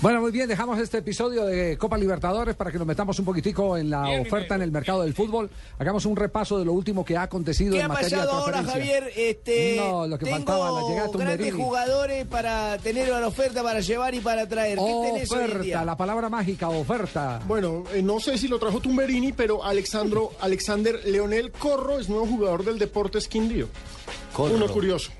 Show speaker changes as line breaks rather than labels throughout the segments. Bueno, muy bien, dejamos este episodio de Copa Libertadores para que nos metamos un poquitico en la oferta en el mercado del fútbol. Hagamos un repaso de lo último que ha acontecido
¿Qué
en
ha
materia de
pasado ahora,
transferencia.
Javier? Este,
No, lo que
tengo
faltaba, la llegada de
grandes
Tumberini.
jugadores para tener una oferta para llevar y para traer. ¿Qué tenés hoy en
Oferta,
día?
la palabra mágica, oferta.
Bueno, eh, no sé si lo trajo Tumberini, pero Alexandro, Alexander Leonel Corro es nuevo jugador del Deportes Quindío. Uno curioso.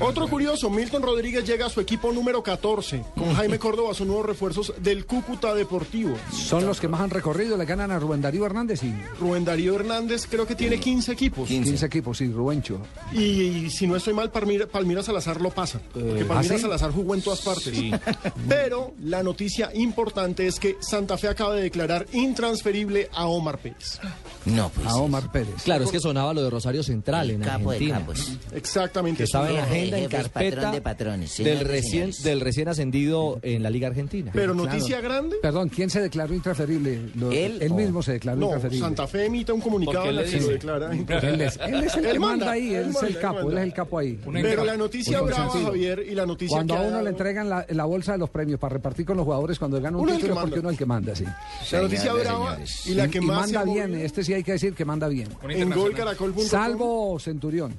Otro curioso, Milton Rodríguez llega a su equipo número 14,
Mm.
con Jaime Córdoba, sus nuevos refuerzos del Cúcuta Deportivo.
Son los que más han recorrido, le ganan a Rubén Darío Hernández y
Rubén Darío Hernández creo que tiene 15 equipos.
15 equipos, y Rubencho.
Y, y si no estoy mal, Palmira, Palmira Salazar lo
Eh,
pasa. Porque
¿ah,
Palmira
sí?
Salazar jugó en todas partes. Pero la noticia importante es que Santa Fe acaba de declarar intransferible a Omar Pérez.
No, pues.
A Omar Pérez.
Claro, es que sonaba lo de Rosario Central en
Capo de
Argentina.
capos.
Exactamente.
Que estaba en
Jefe de
agenda, en
jefes,
carpeta
patrón de patrones,
del,
señores y
recién,
señores.
del recién ascendido en la Liga Argentina.
Pero
Claro.
noticia grande.
Perdón, ¿quién se declaró intransferible? Lo-
¿Él o-
mismo se declaró
No,
intransferible.
Santa Fe emite un comunicado en la que lo declara.
Él es, él es el
Él
que manda,
manda,
ahí, él,
él
es
manda,
el
él
capo, él
manda.
es el capo ahí.
Pero la noticia
Un
brava,
consentido.
Javier, y la noticia
Cuando
que
a
ha
uno
dado-
le entregan la, la bolsa de los premios para repartir con los jugadores cuando gana un
Uno es el
título,
que manda.
porque uno es el que manda, sí.
La noticia
Señores,
brava
señores.
y la que
Y
más se
manda
ha
bien,
movido
este sí hay que decir que manda bien.
en golcaracol.com.
Salvo Centurión.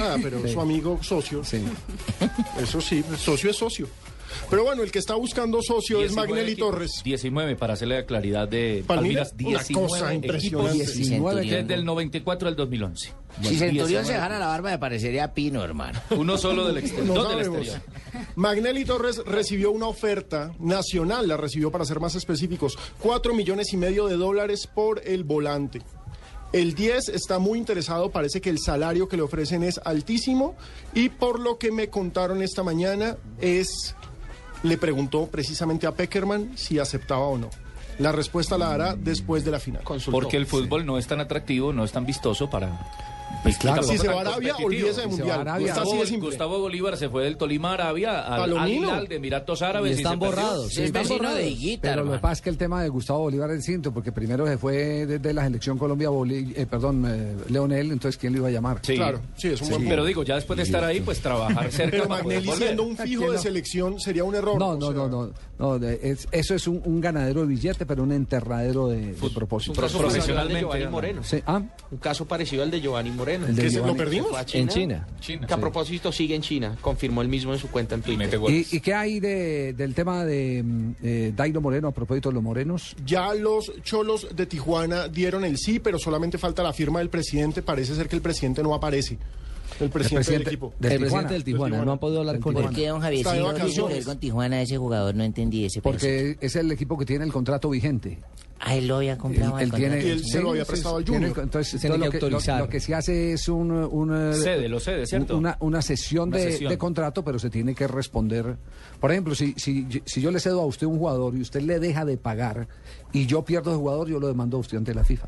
Ah, pero su amigo socio.
Sí.
Eso sí, socio es socio. Pero bueno, el que está buscando socio es
19
Magnelli
equipos.
Torres.
19, para hacerle la claridad de
Palmira,
Palmiras.
una
19
cosa
equipos
impresionante.
Si
19
Centurión,
desde el 94 al 2011.
si Centurión se
19.
jala la barba, me parecería Pino, hermano.
Uno solo del exterior.
No
dos del
sabemos.
exterior.
Magnelli Torres recibió una oferta nacional, la recibió para ser más específicos, 4 millones y medio de dólares por el volante. El 10 está muy interesado, parece que el salario que le ofrecen es altísimo y por lo que me contaron esta mañana es, le preguntó precisamente a Peckerman si aceptaba o no. La respuesta la dará después de la final.
Porque el fútbol no es tan atractivo, no es tan vistoso para. Pues
claro.
Si se va a
tan
Arabia,
competitivo.
olvídese de
Si se va a
Mundial.
Arabia.
Está así de
Gustavo,
simple.
Gustavo Bolívar se fue del Tolima a Arabia, al Al
Palomino.
Hilal de Emiratos Árabes.
Y
se
están
perdió.
borrados.
Si es
están
vecino de
borrados.
Higuita,
Pero lo que
hermano.
pasa es que el tema de Gustavo Bolívar es distinto, porque primero se fue desde la selección Colombia, Bolí- eh, perdón, eh, Leonel, entonces ¿quién lo iba a llamar?
Sí.
Claro, sí, es un buen punto.
Pero digo, ya después de estar ahí, pues trabajar cerca
Pero
para poder
Magnelli
volver.
siendo un fijo de selección sería un error.
No,
o
no,
sea,
no, no, no, de- es- eso es un, un ganadero de billete, pero un enterradero de, de propósito.
Profesionalmente.
Moreno.
Sí, ah,
Un caso parecido al de Giovanni Moreno.
El de
¿Que se-
Giovanni.
¿Lo perdimos?
Fue a
En China.
Que a propósito sigue en China. Confirmó él mismo en su cuenta en Twitter.
¿Y, y qué hay de- del tema de mm, eh, Dairo Moreno a propósito de los morenos?
Ya los cholos de Tijuana dieron el sí, pero solamente falta la firma del presidente. Parece ser que el presidente no aparece. El presidente, del equipo.
del Tijuana.
el presidente del Tijuana,
Del
no han podido hablar
Del
con
¿Por
Tijuana.
qué,
él.
don
Está de
Javier, no
vacaciones.
tiene que ver con Tijuana ese jugador? No entendí ese pedazo.
Porque es el equipo que tiene el contrato vigente.
Ah, él lo había
Él,
comprado. al
él tiene,
contrato.
Y él se lo había prestado al
tiene-
Junior.
entonces,
Se
todo
tiene
lo,
que
que, lo-
autorizar.
lo que se hace es un, un, eh,
Cede, lo cede, ¿cierto?
Una, una sesión
Una
de,
sesión.
de contrato, pero se tiene que responder. Por ejemplo, si, si, si yo le cedo a usted un jugador y usted le deja de pagar y yo pierdo el jugador, yo lo demando a usted ante la FIFA.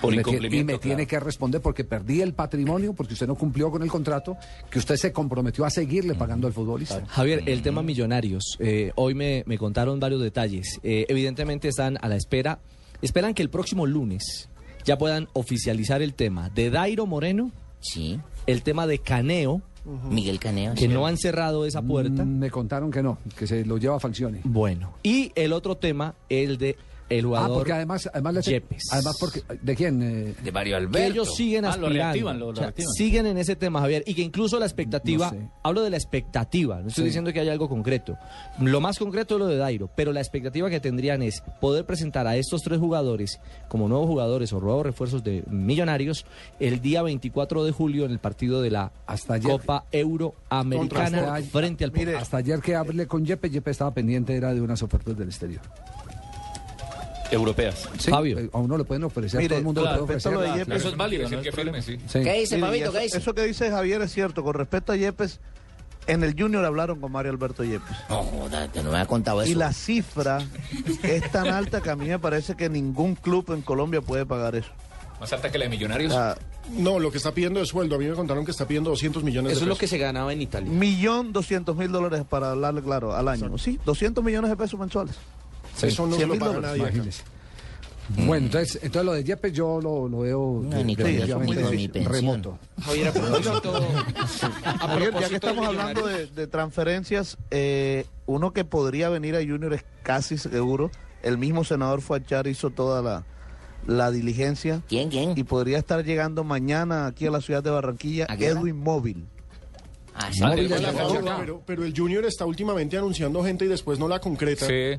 Por
y me, tie-
incumplimiento,
y me
claro.
tiene que responder porque perdí el patrimonio, porque usted no cumplió con el contrato, que usted se comprometió a seguirle pagando al futbolista.
Javier, el
Mm.
tema millonarios. eh, hoy me, me contaron varios detalles. Eh, evidentemente están a la espera. Esperan que el próximo lunes ya puedan oficializar el tema de Dairo Moreno,
Sí,
el tema de Caneo,
Miguel Caneo.
que no han cerrado esa puerta.
Ah, Mm, Me contaron que no, que se lo lleva a Falcioni.
Bueno. Y el otro tema, el de el
Ah,
jugador.
porque además, además, le hace-
Yepes.
además porque, ¿de quién? Eh,
De Mario
que
Alberto.
ellos siguen
Ah, lo
aspirando.
reactivan, lo- lo
O sea,
reactivan.
siguen en ese tema, Javier, y que incluso la expectativa,
No sé.
hablo de la expectativa, no estoy
Sí.
diciendo que haya algo concreto. Lo más concreto es lo de Dairo, pero la expectativa que tendrían es poder presentar a estos tres jugadores como nuevos jugadores o nuevos refuerzos de Millonarios el día 24 de julio en el partido de la
Hasta ayer.
Copa Euroamericana
Contraste.
frente al
Mire, hasta ayer que hablé con Yepe, Yepe estaba pendiente, era de unas ofertas del exterior.
Europeas.
Sí,
Fabio.
eh, A uno le pueden ofrecer, todo el mundo le puede ofrecer.
Eso es válido, ¿no? es problema.
Sí.
¿Qué dice,
Sí, y
Pabito?
eso,
¿Qué dice?
eso que dice Javier es cierto. Con respecto a Yepes, En el Junior hablaron con Mario Alberto Yepes.
No, joda, que no me ha contado eso.
Y la cifra es tan alta que a mí me parece que ningún club en Colombia puede pagar eso.
Más alta que la de Millonarios.
O sea,
No, lo que está pidiendo es sueldo. A mí me contaron que está pidiendo 200 millones
Eso es
de
lo
pesos.
que se ganaba en Italia.
millón doscientos mil dólares para hablarle claro al año. Sí, 200 millones de pesos mensuales.
Eso no se
100
lo
mil
paga
dólares,
nadie acá.
Imagínese. Bueno, entonces, entonces lo de Yepes yo lo, lo veo
No, ni con-
eso es muy
definitivamente
difícil.
remoto.
Javier, a propósito, a
Javier, ya que
propósito de
estamos hablando de, de transferencias, eh, uno que podría venir a Junior es casi seguro. El mismo senador Fuachar hizo toda la, la diligencia
¿Quién,
y
quién?
podría estar llegando mañana aquí a la ciudad de Barranquilla
¿A qué hora?
Edwin Móvil.
Ah,
No,
sí.
mira,
Pero-
no, no.
pero, pero el Junior está últimamente anunciando gente y después no la concreta.
Sí.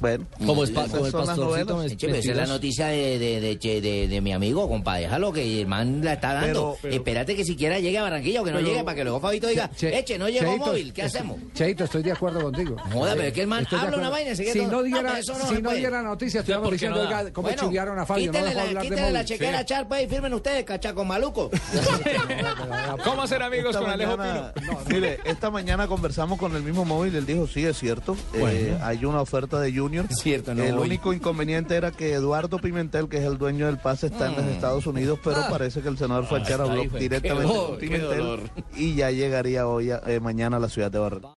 Bueno,
Mm.
Como, es pa-
esas
como el
son las
pastorcito.
novelas.
mes-
Che, pero pues, esa es la
22.
noticia de, de, de, che- de- de mi amigo, compa. Déjalo que el man la está dando.
Pero- pero-
Espérate que siquiera llegue a Barranquilla o que no
Pero-
llegue para que luego Fabito diga,
Che-
eche, no llegó
Cheito,
móvil, ¿qué
estoy-
hacemos?
Cheito, estoy de acuerdo contigo.
Joda, pero es que el man
Estoy de
habla una
acuerdo.
vaina, se queda
Si
todo-
no
Ah,
diera,
pero eso no se
si no
puede.
diera la noticia, estuviéramos
¿por qué no
diciendo
da?
oiga, cómo chulearon a Fabio. No
quítale
vamos a
la,
hablar de
quítale la
móvil.
chequera a Charpa y firmen ustedes, cachaco maluco.
¿Cómo hacer amigos
Esta
con Alejo
mañana-
Pino?
no, mire, esta mañana conversamos con el mismo móvil, él dijo, sí, es cierto, eh, hay una oferta de Junior.
Es cierto, no
El
voy.
único inconveniente era que Eduardo Pimentel, que es el dueño del pase, está en los Estados Unidos, pero parece que el senador Fachar habló directamente con Pimentel y ya llegaría hoy, a- eh, mañana a la ciudad de Barranquilla.